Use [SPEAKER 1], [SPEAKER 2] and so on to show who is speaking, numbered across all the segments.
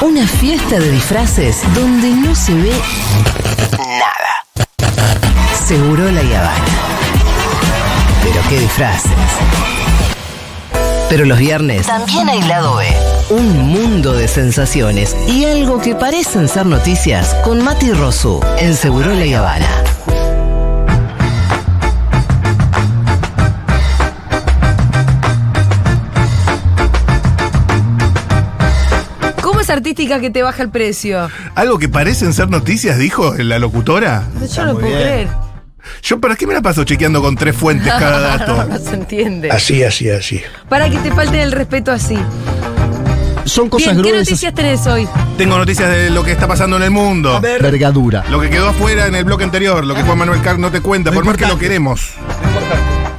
[SPEAKER 1] Una fiesta de disfraces donde no se ve nada. Seguro la Yavana. Pero qué disfraces. Pero los viernes también hay lado B. Un mundo de sensaciones y algo que parecen ser noticias con Mati Rosu en Seguro la Yavana.
[SPEAKER 2] ¿Cómo es artística que te baja el precio?
[SPEAKER 3] Algo que parecen ser noticias, dijo la locutora.
[SPEAKER 2] Yo no
[SPEAKER 4] muy
[SPEAKER 2] puedo
[SPEAKER 4] bien.
[SPEAKER 2] creer.
[SPEAKER 3] Yo, ¿para qué me la paso chequeando con tres fuentes cada
[SPEAKER 2] No,
[SPEAKER 3] dato?
[SPEAKER 2] no se entiende.
[SPEAKER 4] Así, así, así.
[SPEAKER 2] Para que te falte el respeto así.
[SPEAKER 5] Son cosas
[SPEAKER 2] Bien, ¿qué
[SPEAKER 5] gruesas.
[SPEAKER 2] noticias tenés hoy?
[SPEAKER 3] Tengo noticias de lo que está pasando en el mundo.
[SPEAKER 5] Vergadura.
[SPEAKER 3] Lo que quedó afuera en el bloque anterior, lo que Juan Manuel Carr no te cuenta, por más que lo queremos.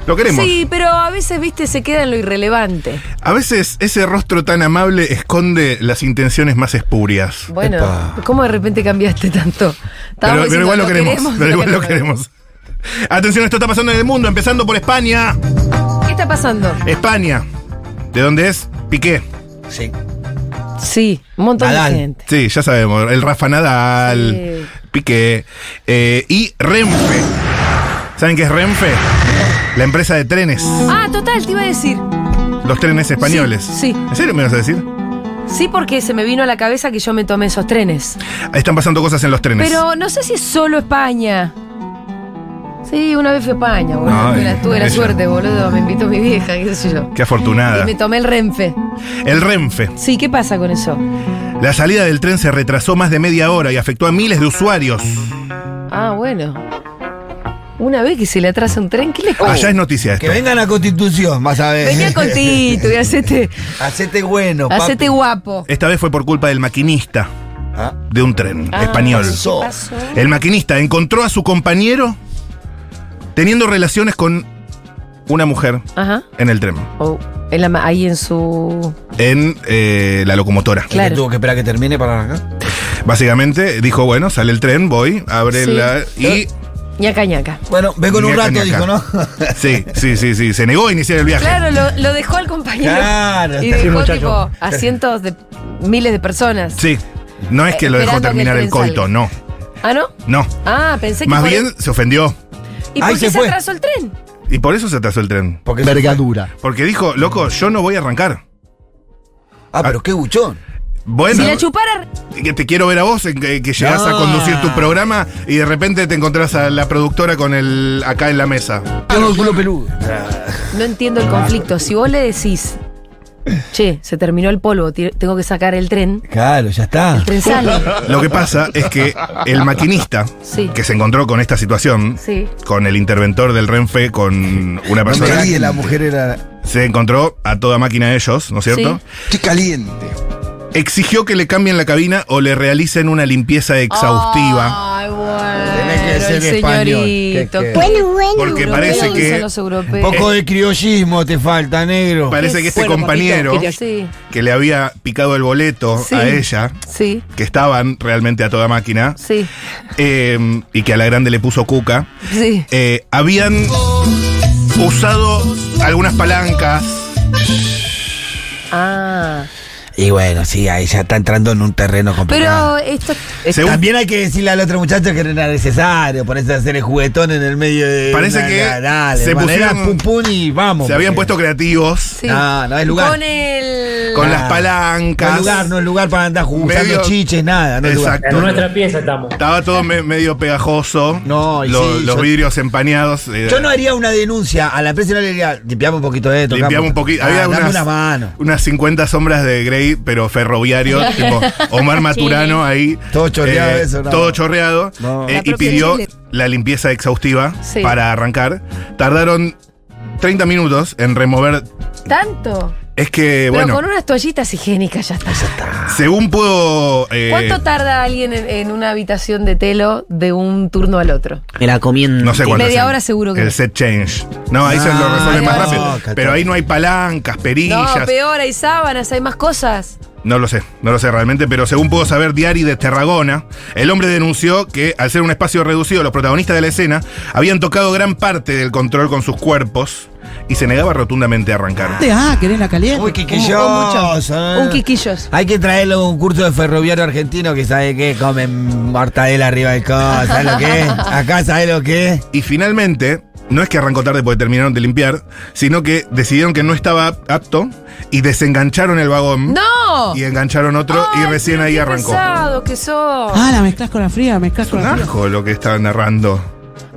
[SPEAKER 3] Lo queremos.
[SPEAKER 2] Sí, pero a veces, viste, se queda en lo irrelevante.
[SPEAKER 3] A veces ese rostro tan amable esconde las intenciones más espurias.
[SPEAKER 2] Bueno, ¿cómo de repente cambiaste tanto?
[SPEAKER 3] Pero,
[SPEAKER 2] Estábamos
[SPEAKER 3] pero igual
[SPEAKER 2] diciendo,
[SPEAKER 3] lo queremos. pero
[SPEAKER 2] lo
[SPEAKER 3] igual lo queremos. Atención, esto está pasando en el mundo, empezando por España.
[SPEAKER 2] ¿Qué está pasando?
[SPEAKER 3] España. ¿De dónde es? Piqué.
[SPEAKER 4] Sí.
[SPEAKER 2] Sí, un montón
[SPEAKER 4] Nadal.
[SPEAKER 2] de gente.
[SPEAKER 3] Sí, ya sabemos. El Rafa Nadal, Piqué eh, y Renfe. ¿Saben qué es Renfe? La empresa de trenes.
[SPEAKER 2] Ah, total, te iba a decir.
[SPEAKER 3] Los trenes españoles.
[SPEAKER 2] Sí, sí.
[SPEAKER 3] ¿En serio me vas a decir?
[SPEAKER 2] Sí, porque se me vino a la cabeza que yo me tomé esos trenes.
[SPEAKER 3] Están pasando cosas en los trenes.
[SPEAKER 2] Pero no sé si es solo España. Sí, una vez fui a España, boludo.
[SPEAKER 3] Ay,
[SPEAKER 2] Tuve la- tuve la
[SPEAKER 3] ella.
[SPEAKER 2] suerte, boludo. Me invitó mi vieja, qué sé yo.
[SPEAKER 3] Qué afortunada.
[SPEAKER 2] Y me tomé el renfe.
[SPEAKER 3] El Renfe.
[SPEAKER 2] Sí, ¿qué pasa con eso?
[SPEAKER 3] La salida del tren se retrasó más de media hora y afectó a miles de usuarios.
[SPEAKER 2] Ah, bueno. Una vez que se le atrasa un tren, ¿qué le pasa?
[SPEAKER 3] Allá es noticia esto.
[SPEAKER 4] Que vengan a Constitución, vas a ver. Eh.
[SPEAKER 2] Venía con Tito y hacete,
[SPEAKER 4] Hacete bueno, papi.
[SPEAKER 2] hacete guapo.
[SPEAKER 3] Esta vez fue por culpa del maquinista
[SPEAKER 4] Ah.
[SPEAKER 3] de un tren
[SPEAKER 2] Ah,
[SPEAKER 3] español.
[SPEAKER 4] pasó?
[SPEAKER 2] pasó?
[SPEAKER 3] El maquinista encontró a su compañero teniendo relaciones con una mujer
[SPEAKER 2] Ajá.
[SPEAKER 3] en el tren,
[SPEAKER 2] O en la ma- ahí en su.
[SPEAKER 3] en eh, la locomotora.
[SPEAKER 4] ¿Y que
[SPEAKER 2] Claro.
[SPEAKER 4] tuvo que esperar que termine para arrancar?
[SPEAKER 3] Básicamente dijo, bueno, sale el tren, voy, abre
[SPEAKER 2] Sí.
[SPEAKER 3] la... Y
[SPEAKER 2] ñaca ñaca.
[SPEAKER 4] Bueno, vengo en un
[SPEAKER 3] Ñaca, ñaca.
[SPEAKER 4] rato, dijo, ¿no?
[SPEAKER 3] sí, sí, sí, sí, se negó a iniciar el viaje.
[SPEAKER 2] Claro, lo, lo dejó al compañero.
[SPEAKER 4] Claro,
[SPEAKER 2] y
[SPEAKER 4] está bien,
[SPEAKER 2] dejó
[SPEAKER 4] muchacho.
[SPEAKER 2] tipo a cientos de miles de personas.
[SPEAKER 3] Sí, no es que lo dejó
[SPEAKER 2] Esperando que
[SPEAKER 3] terminar
[SPEAKER 2] el
[SPEAKER 3] el
[SPEAKER 2] tren
[SPEAKER 3] coito,
[SPEAKER 2] salga.
[SPEAKER 3] no,
[SPEAKER 2] ¿Ah, no?
[SPEAKER 3] no.
[SPEAKER 2] Ah, pensé que.
[SPEAKER 3] Más
[SPEAKER 2] por-
[SPEAKER 3] bien se ofendió
[SPEAKER 2] ¿Y
[SPEAKER 4] Ahí
[SPEAKER 2] por qué se,
[SPEAKER 4] se fue.
[SPEAKER 2] atrasó el tren?
[SPEAKER 3] y por eso se atrasó el tren.
[SPEAKER 4] Porque
[SPEAKER 5] Vergadura.
[SPEAKER 3] Porque dijo, loco, yo no voy a arrancar.
[SPEAKER 4] Ah, pero qué buchón.
[SPEAKER 3] Bueno,
[SPEAKER 2] Si la chupara.
[SPEAKER 3] que te quiero ver a vos, en que, que llegás a
[SPEAKER 4] No.
[SPEAKER 3] conducir tu programa y de repente te encontrás a la productora con el acá en la mesa.
[SPEAKER 4] Tengo el culo peludo.
[SPEAKER 2] No entiendo el conflicto. Si vos le decís. Che, se terminó el polvo, ti- tengo que sacar el tren.
[SPEAKER 4] Claro, ya está.
[SPEAKER 2] El tren sale.
[SPEAKER 3] Lo que pasa es que el maquinista
[SPEAKER 2] Sí.
[SPEAKER 3] que se encontró con esta situación,
[SPEAKER 2] Sí.
[SPEAKER 3] con el interventor del Renfe, con una
[SPEAKER 4] No me
[SPEAKER 3] persona,
[SPEAKER 4] digas que la mujer era.
[SPEAKER 3] se encontró a toda máquina de ellos, ¿no es cierto?
[SPEAKER 2] Sí.
[SPEAKER 4] Estoy caliente.
[SPEAKER 3] Exigió que le cambien la cabina o le realicen una
[SPEAKER 2] Ah.
[SPEAKER 3] limpieza exhaustiva.
[SPEAKER 2] Ay, bueno.
[SPEAKER 4] Tenés que ser
[SPEAKER 2] el
[SPEAKER 4] español,
[SPEAKER 2] señorito.
[SPEAKER 4] que- que-
[SPEAKER 3] Porque parece
[SPEAKER 2] europeos
[SPEAKER 3] que-
[SPEAKER 2] son los europeos.
[SPEAKER 4] Un poco de criollismo te falta, negro.
[SPEAKER 3] Parece que este
[SPEAKER 2] Bueno,
[SPEAKER 3] compañero
[SPEAKER 2] papito, sí,
[SPEAKER 3] que le había picado el boleto
[SPEAKER 2] Sí.
[SPEAKER 3] a ella,
[SPEAKER 2] sí,
[SPEAKER 3] que estaban realmente a toda máquina,
[SPEAKER 2] sí,
[SPEAKER 3] eh, y que a la grande le puso cuca,
[SPEAKER 2] sí.
[SPEAKER 3] eh, habían usado algunas palancas.
[SPEAKER 2] Ah.
[SPEAKER 4] Y bueno, sí, ahí ya está entrando en un terreno complicado.
[SPEAKER 2] Pero esto.
[SPEAKER 3] Según-
[SPEAKER 4] También hay que decirle al otro muchacho que no era necesario ponerse a hacer el juguetón en el medio de.
[SPEAKER 3] Parece
[SPEAKER 4] una-
[SPEAKER 3] que
[SPEAKER 4] dale,
[SPEAKER 3] se
[SPEAKER 4] hermano, era
[SPEAKER 3] pusieron-
[SPEAKER 4] pum pum y vamos.
[SPEAKER 3] se habían
[SPEAKER 4] porque-
[SPEAKER 3] puesto creativos
[SPEAKER 2] sí.
[SPEAKER 4] Ah, No, no hay lugar.
[SPEAKER 2] Con el.
[SPEAKER 3] con
[SPEAKER 4] Ah,
[SPEAKER 3] las
[SPEAKER 4] No
[SPEAKER 3] palancas.
[SPEAKER 4] es lugar, no es lugar para andar jugando
[SPEAKER 3] Medio-
[SPEAKER 4] chiches, nada, no es lugar.
[SPEAKER 3] Exacto.
[SPEAKER 6] En nuestra pieza estamos.
[SPEAKER 3] Estaba todo me- medio pegajoso.
[SPEAKER 4] No, y
[SPEAKER 3] Lo-
[SPEAKER 4] sí,
[SPEAKER 3] los
[SPEAKER 4] yo-
[SPEAKER 3] vidrios empañados. eh,
[SPEAKER 4] Yo no haría una denuncia a la empresa no le diría, limpiamos un poquito de esto.
[SPEAKER 3] Limpiamos un
[SPEAKER 4] campo".
[SPEAKER 3] poquito.
[SPEAKER 4] Ah,
[SPEAKER 3] Había
[SPEAKER 4] dame
[SPEAKER 3] unas,
[SPEAKER 4] una mano.
[SPEAKER 3] unas 50 sombras de Grey, pero ferroviario, tipo Omar Maturano ahí. eh,
[SPEAKER 4] Todo chorreado eso, no.
[SPEAKER 3] Todo chorreado.
[SPEAKER 4] No.
[SPEAKER 3] eh,
[SPEAKER 2] La
[SPEAKER 3] y
[SPEAKER 2] propia
[SPEAKER 3] pidió
[SPEAKER 2] Chile.
[SPEAKER 3] la limpieza exhaustiva
[SPEAKER 2] Sí.
[SPEAKER 3] para arrancar. Tardaron 30 minutos en remover.
[SPEAKER 2] Tanto.
[SPEAKER 4] Eh,
[SPEAKER 3] Es que,
[SPEAKER 2] Pero
[SPEAKER 3] bueno,
[SPEAKER 2] con unas toallitas higiénicas ya está.
[SPEAKER 3] según puedo. eh,
[SPEAKER 2] ¿Cuánto tarda alguien en, en una habitación de telo de un turno al otro?
[SPEAKER 7] Me la comiendo.
[SPEAKER 3] No sé cuánto.
[SPEAKER 2] Mm. Media
[SPEAKER 3] es el-
[SPEAKER 2] hora seguro que
[SPEAKER 3] El
[SPEAKER 2] no.
[SPEAKER 3] set change. No, ahí se lo
[SPEAKER 4] Ah,
[SPEAKER 3] resuelve más
[SPEAKER 2] no,
[SPEAKER 3] rápido.
[SPEAKER 4] cata.
[SPEAKER 3] Pero ahí no hay palancas, perillas.
[SPEAKER 2] No, peor, hay sábanas, hay más cosas.
[SPEAKER 3] No lo sé, no lo sé realmente, pero según pudo saber Diari de Terragona, el hombre denunció que al ser un espacio reducido, los protagonistas de la escena habían tocado gran parte del control con sus cuerpos y se negaba rotundamente a arrancar.
[SPEAKER 5] Ah, querés la caliente.
[SPEAKER 4] Uy, quisquilloso. ¿no?
[SPEAKER 2] Un quiquillos.
[SPEAKER 4] Hay que traerlo a un curso de ferroviario argentino que sabe que comen mortadela arriba del codo. ¿Sabes lo que es? Acá, ¿sabes lo que es?
[SPEAKER 3] Y finalmente, no es que arrancó tarde porque terminaron de limpiar, sino que decidieron que no estaba apto y desengancharon el vagón
[SPEAKER 2] ¡No!
[SPEAKER 3] y engancharon otro y
[SPEAKER 2] Ay,
[SPEAKER 3] recién
[SPEAKER 2] qué
[SPEAKER 3] ahí arrancó.
[SPEAKER 2] pesado que sos.
[SPEAKER 5] Ah, la mezclas con la fría, la mezclas
[SPEAKER 3] Es
[SPEAKER 5] con
[SPEAKER 3] un
[SPEAKER 5] la fría.
[SPEAKER 3] asco lo que estaban narrando.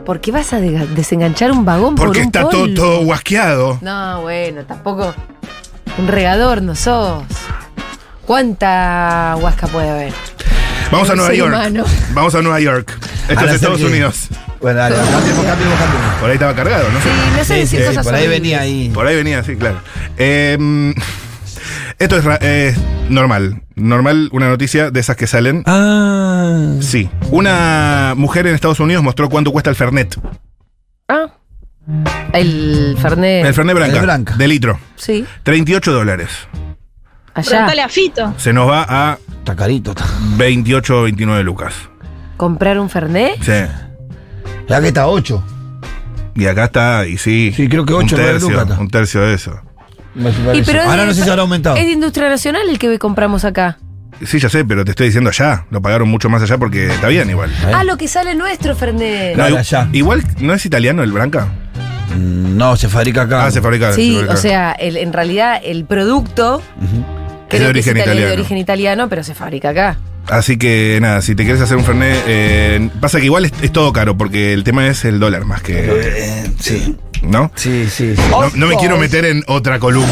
[SPEAKER 2] ¿Por qué vas a de- desenganchar un vagón por
[SPEAKER 3] Porque
[SPEAKER 2] un
[SPEAKER 3] está todo,
[SPEAKER 2] polvo?
[SPEAKER 3] todo guasqueado.
[SPEAKER 2] No, bueno, tampoco. Un regador no sos. ¿Cuánta huasca puede haber?
[SPEAKER 3] Vamos a
[SPEAKER 2] Un
[SPEAKER 3] Nueva
[SPEAKER 2] ser
[SPEAKER 3] York.
[SPEAKER 2] humano.
[SPEAKER 3] Vamos a Nueva York. Esto
[SPEAKER 4] Ahora
[SPEAKER 3] es Estados
[SPEAKER 4] sé que-
[SPEAKER 3] Unidos.
[SPEAKER 4] Bueno, dale, cambiemos, cambiemos, cambiemos.
[SPEAKER 3] Por ahí estaba cargado, ¿no?
[SPEAKER 2] Sí, no sé
[SPEAKER 4] Sí,
[SPEAKER 2] decir
[SPEAKER 4] sí,
[SPEAKER 2] cosas
[SPEAKER 4] por ahí
[SPEAKER 2] horribles.
[SPEAKER 4] venía ahí.
[SPEAKER 3] Por ahí venía, sí, claro. Eh, esto es ra- eh, normal. Normal una noticia de esas que salen.
[SPEAKER 4] Ah.
[SPEAKER 3] Sí. Una mujer en Estados Unidos mostró cuánto cuesta el Fernet.
[SPEAKER 2] Ah. El Fernet.
[SPEAKER 3] El Fernet Branca.
[SPEAKER 4] El Branca.
[SPEAKER 3] De litro.
[SPEAKER 2] Sí,
[SPEAKER 3] 38 dólares.
[SPEAKER 2] allá.
[SPEAKER 6] Preguntale a
[SPEAKER 2] Ah.
[SPEAKER 6] Fito.
[SPEAKER 3] Se nos va a
[SPEAKER 4] Está carito. Está.
[SPEAKER 3] 28 o 29 lucas.
[SPEAKER 2] ¿Comprar un Fernet?
[SPEAKER 3] Sí.
[SPEAKER 4] La que está 8.
[SPEAKER 3] Y acá está, y sí.
[SPEAKER 4] Sí, creo que ocho,
[SPEAKER 3] un
[SPEAKER 4] nueve
[SPEAKER 3] tercio,
[SPEAKER 4] lucas está.
[SPEAKER 3] Un tercio de eso.
[SPEAKER 2] Y pero es
[SPEAKER 4] Ahora
[SPEAKER 2] de-
[SPEAKER 4] no sé si habrá aumentado.
[SPEAKER 2] Es de industria nacional el que compramos acá.
[SPEAKER 3] Sí, ya sé, pero te estoy diciendo allá. Lo pagaron mucho más allá porque está bien igual.
[SPEAKER 4] ¿Eh?
[SPEAKER 2] Ah, lo que sale nuestro, Fernet.
[SPEAKER 4] Claro,
[SPEAKER 3] i-
[SPEAKER 4] allá.
[SPEAKER 3] Igual, ¿no es italiano el Branca?
[SPEAKER 4] Mm, No, se fabrica acá.
[SPEAKER 3] Ah, se fabrica. se
[SPEAKER 2] sí,
[SPEAKER 3] fabrica.
[SPEAKER 2] o sea, el- en realidad el producto
[SPEAKER 3] Es de
[SPEAKER 2] creo que
[SPEAKER 3] origen
[SPEAKER 2] itali-
[SPEAKER 3] italiano.
[SPEAKER 2] de origen italiano, pero se fabrica acá.
[SPEAKER 3] Así que nada, si te quieres hacer un Fernet, eh, pasa que igual es, es todo caro porque el tema es el dólar más que.
[SPEAKER 4] Eh, sí.
[SPEAKER 3] ¿no?
[SPEAKER 4] Sí, sí, sí.
[SPEAKER 3] No, no me quiero meter en otra columna.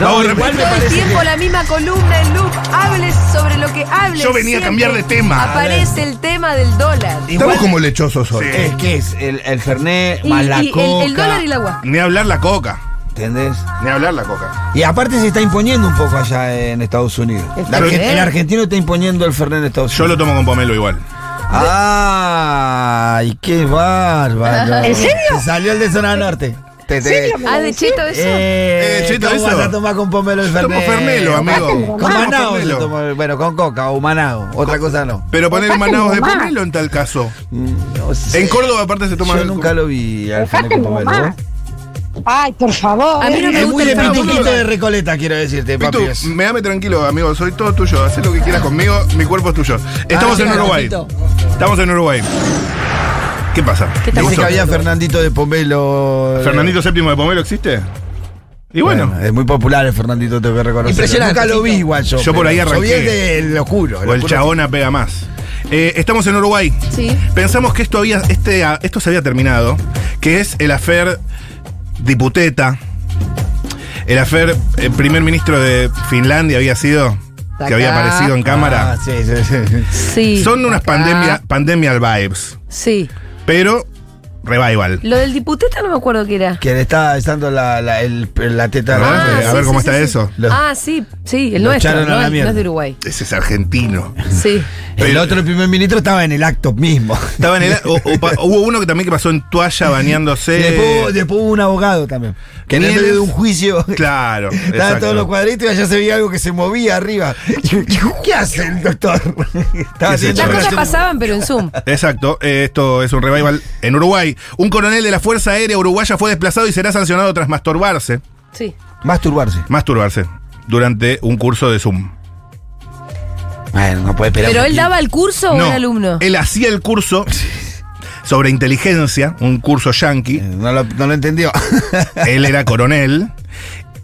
[SPEAKER 3] Vamos,
[SPEAKER 4] igual me
[SPEAKER 2] Todo el
[SPEAKER 4] parece
[SPEAKER 2] tiempo
[SPEAKER 4] que-
[SPEAKER 2] la misma columna en loop. Hables sobre lo que hables.
[SPEAKER 3] Yo venía a
[SPEAKER 2] siempre
[SPEAKER 3] cambiar de tema.
[SPEAKER 2] Aparece el tema del dólar.
[SPEAKER 3] Estamos
[SPEAKER 4] Igual-
[SPEAKER 3] como lechosos hoy.
[SPEAKER 4] Es que es el, el Fernet
[SPEAKER 2] Y-
[SPEAKER 4] más la
[SPEAKER 2] y el-
[SPEAKER 4] coca.
[SPEAKER 2] el, dólar y la agua.
[SPEAKER 3] Ni hablar la coca.
[SPEAKER 4] ¿Entendés?
[SPEAKER 3] Ni hablar la coca.
[SPEAKER 4] Y aparte se está imponiendo un poco allá en Estados Unidos.
[SPEAKER 2] El
[SPEAKER 4] La
[SPEAKER 2] Fernet.
[SPEAKER 4] Argen- el argentino está imponiendo el Fernet en Estados
[SPEAKER 3] Yo lo
[SPEAKER 4] Unidos.
[SPEAKER 3] tomo con pomelo igual.
[SPEAKER 4] ¡Ay, qué bárbaro!
[SPEAKER 2] ¿En serio?
[SPEAKER 4] Te salió el de Zona Norte. Te, te-
[SPEAKER 2] Ah, de cheto eso.
[SPEAKER 4] Eh,
[SPEAKER 3] Eh, cheto,
[SPEAKER 4] ¿Cómo
[SPEAKER 3] eso?
[SPEAKER 4] vas a tomar con pomelo el Fernet?
[SPEAKER 3] Tomo Fernelo, amigo.
[SPEAKER 4] Con
[SPEAKER 3] Tomo
[SPEAKER 4] Manao se
[SPEAKER 3] Fernelo.
[SPEAKER 4] tomó el- Bueno, con coca o Manao. Otra cosa no.
[SPEAKER 3] Pero poner manados de pomelo en tal caso.
[SPEAKER 4] No sé.
[SPEAKER 3] En Córdoba aparte se toma
[SPEAKER 4] Yo
[SPEAKER 3] el-
[SPEAKER 4] nunca lo vi al Fernet con pomelo. ¿vos?
[SPEAKER 6] Ay, por favor.
[SPEAKER 2] A mí no me
[SPEAKER 4] Es muy
[SPEAKER 2] gusta
[SPEAKER 4] de
[SPEAKER 2] el
[SPEAKER 4] pituquito
[SPEAKER 2] fabulo.
[SPEAKER 4] de Recoleta, quiero decirte, papi.
[SPEAKER 3] Pitu, me dame tranquilo, amigo. Soy todo tuyo. Haz lo que quieras conmigo. Mi cuerpo es tuyo. Estamos
[SPEAKER 4] Ah,
[SPEAKER 3] en
[SPEAKER 4] claro,
[SPEAKER 3] Uruguay.
[SPEAKER 4] Pitu.
[SPEAKER 3] Estamos en Uruguay. ¿Qué pasa?
[SPEAKER 2] ¿Qué tal?
[SPEAKER 3] ¿Qué
[SPEAKER 4] Dice que
[SPEAKER 3] pasó?
[SPEAKER 4] había Fernandito de Pomelo.
[SPEAKER 3] ¿Fernandito VII de Pomelo existe? Y bueno,
[SPEAKER 4] es muy popular el Fernandito, te voy a reconocer.
[SPEAKER 5] Impresionante,
[SPEAKER 4] Nunca lo vi
[SPEAKER 5] Tito.
[SPEAKER 4] igual yo.
[SPEAKER 3] Yo por
[SPEAKER 4] pero
[SPEAKER 3] ahí arranqué.
[SPEAKER 4] Yo vi el de lo oscuro.
[SPEAKER 3] o el chabona pega más. Eh, estamos en Uruguay.
[SPEAKER 2] Sí.
[SPEAKER 3] Pensamos que esto, había, este, ah, esto se había terminado, que es el afer Diputeta. El afer eh, primer ministro de Finlandia había sido, que
[SPEAKER 2] Acá.
[SPEAKER 3] había aparecido en cámara.
[SPEAKER 4] Ah, sí, sí, sí.
[SPEAKER 2] Sí.
[SPEAKER 3] Son unas
[SPEAKER 2] Acá.
[SPEAKER 3] pandemia, pandemial vibes,
[SPEAKER 2] Sí.
[SPEAKER 3] pero revival.
[SPEAKER 2] Lo del diputeta no me acuerdo qué era.
[SPEAKER 4] Que le estaba besando la, la, el- la teta
[SPEAKER 3] A
[SPEAKER 4] a
[SPEAKER 3] ver,
[SPEAKER 4] la-
[SPEAKER 3] eh,
[SPEAKER 2] Ah,
[SPEAKER 3] a
[SPEAKER 2] sí,
[SPEAKER 3] ver cómo
[SPEAKER 2] sí,
[SPEAKER 3] está
[SPEAKER 2] sí,
[SPEAKER 3] eso.
[SPEAKER 2] sí. Ah, sí, sí, el
[SPEAKER 4] Lo
[SPEAKER 2] nuestro.
[SPEAKER 4] echaron a
[SPEAKER 2] No,
[SPEAKER 4] la
[SPEAKER 2] es- no
[SPEAKER 4] mierda.
[SPEAKER 2] es de Uruguay.
[SPEAKER 3] Ese es argentino.
[SPEAKER 2] Sí.
[SPEAKER 4] El
[SPEAKER 3] Pero-
[SPEAKER 4] otro, el primer ministro, estaba en el acto mismo.
[SPEAKER 3] Estaba en el- o- o pa- hubo uno que también que pasó en toalla
[SPEAKER 4] Y
[SPEAKER 3] bañándose.
[SPEAKER 4] después, después hubo un abogado también. Que en el
[SPEAKER 3] Mieles.
[SPEAKER 4] medio de un juicio.
[SPEAKER 3] Claro.
[SPEAKER 4] Estaban
[SPEAKER 3] exacto.
[SPEAKER 4] todos los cuadritos y allá se veía algo que se movía arriba. ¿Qué hace el doctor? Estaba
[SPEAKER 3] ¿Qué se
[SPEAKER 4] haciendo
[SPEAKER 3] echó?
[SPEAKER 2] Las cosas
[SPEAKER 4] relación-
[SPEAKER 2] pasaban, pero en Zoom.
[SPEAKER 3] Exacto, eh, esto es un revival en Uruguay. Un coronel de la Fuerza Aérea Uruguaya fue desplazado y será sancionado tras masturbarse,
[SPEAKER 2] Sí.
[SPEAKER 4] Masturbarse.
[SPEAKER 3] masturbarse, durante un curso de Zoom.
[SPEAKER 4] Bueno, no puede esperar.
[SPEAKER 2] ¿Pero
[SPEAKER 4] un
[SPEAKER 2] él
[SPEAKER 4] poquito.
[SPEAKER 2] daba el curso o un Oh, alumno?
[SPEAKER 3] Él hacía el curso sobre inteligencia, un curso yankee.
[SPEAKER 4] Eh, No lo, no lo entendió.
[SPEAKER 3] Él era coronel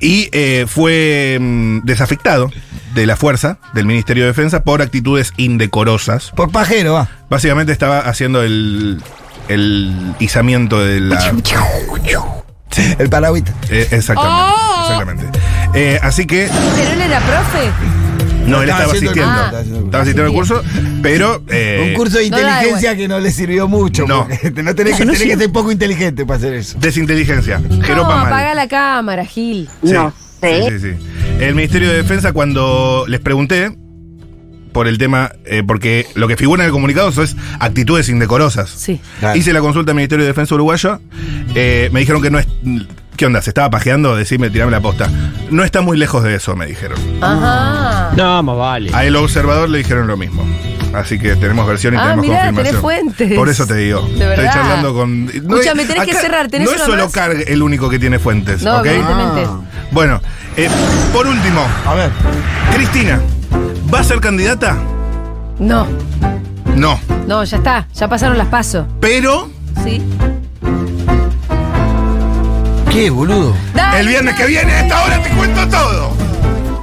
[SPEAKER 3] y eh, fue mm, desafectado de la fuerza del Ministerio de Defensa por actitudes indecorosas.
[SPEAKER 4] Por pajero, va.
[SPEAKER 3] Básicamente estaba haciendo el, el izamiento de la...
[SPEAKER 4] El paragüita.
[SPEAKER 3] eh, exactamente.
[SPEAKER 2] Oh.
[SPEAKER 3] exactamente. Eh, así que...
[SPEAKER 2] ¿Pero él era profe?
[SPEAKER 3] No, él estaba
[SPEAKER 4] Estaba haciendo el
[SPEAKER 3] asistiendo.
[SPEAKER 2] curso,
[SPEAKER 3] estaba
[SPEAKER 4] estaba haciendo
[SPEAKER 3] asistiendo
[SPEAKER 4] el
[SPEAKER 3] el curso, pero... eh,
[SPEAKER 4] un curso de
[SPEAKER 2] no da
[SPEAKER 4] inteligencia que no le sirvió mucho.
[SPEAKER 3] No.
[SPEAKER 4] porque te- No tenés, que, tenés que ser poco inteligente para hacer eso.
[SPEAKER 3] Desinteligencia.
[SPEAKER 2] no,
[SPEAKER 3] Jeropa Mal.
[SPEAKER 2] apaga la cámara, Gil.
[SPEAKER 6] No sé.
[SPEAKER 3] Sí, sí, sí. El Ministerio de Defensa, cuando les pregunté por el tema, eh, porque lo que figura en el comunicado es actitudes indecorosas.
[SPEAKER 2] Sí.
[SPEAKER 4] Claro.
[SPEAKER 3] Hice la consulta al Ministerio de Defensa uruguayo, eh, me dijeron que no es ¿Qué onda? ¿Se estaba pajeando? Decime, tirame la posta. No está muy lejos de eso, me dijeron.
[SPEAKER 2] Ajá.
[SPEAKER 7] No, más vale.
[SPEAKER 3] A El Observador le dijeron lo mismo. Así que tenemos versión y
[SPEAKER 2] Ah,
[SPEAKER 3] tenemos
[SPEAKER 2] mirá,
[SPEAKER 3] confirmación.
[SPEAKER 2] tenés fuentes.
[SPEAKER 3] Por eso te digo.
[SPEAKER 2] De
[SPEAKER 3] Estoy
[SPEAKER 2] verdad.
[SPEAKER 3] charlando con.
[SPEAKER 2] Escúchame, tenés que
[SPEAKER 3] acá
[SPEAKER 2] cerrar, tenés
[SPEAKER 3] No es
[SPEAKER 2] una
[SPEAKER 3] solo
[SPEAKER 2] más.
[SPEAKER 3] Carg el único que tiene fuentes.
[SPEAKER 2] No,
[SPEAKER 3] ¿ok? Ah.
[SPEAKER 2] evidentemente.
[SPEAKER 3] Bueno, eh, por último,
[SPEAKER 4] A ver.
[SPEAKER 3] Cristina, ¿va a ser candidata?
[SPEAKER 2] No,
[SPEAKER 3] No.
[SPEAKER 2] no, ya está. Ya pasaron las pasos.
[SPEAKER 3] Pero
[SPEAKER 2] Sí.
[SPEAKER 4] ¿Qué, boludo?
[SPEAKER 2] Dale,
[SPEAKER 3] el viernes que
[SPEAKER 2] dale.
[SPEAKER 3] viene, a esta hora te cuento todo.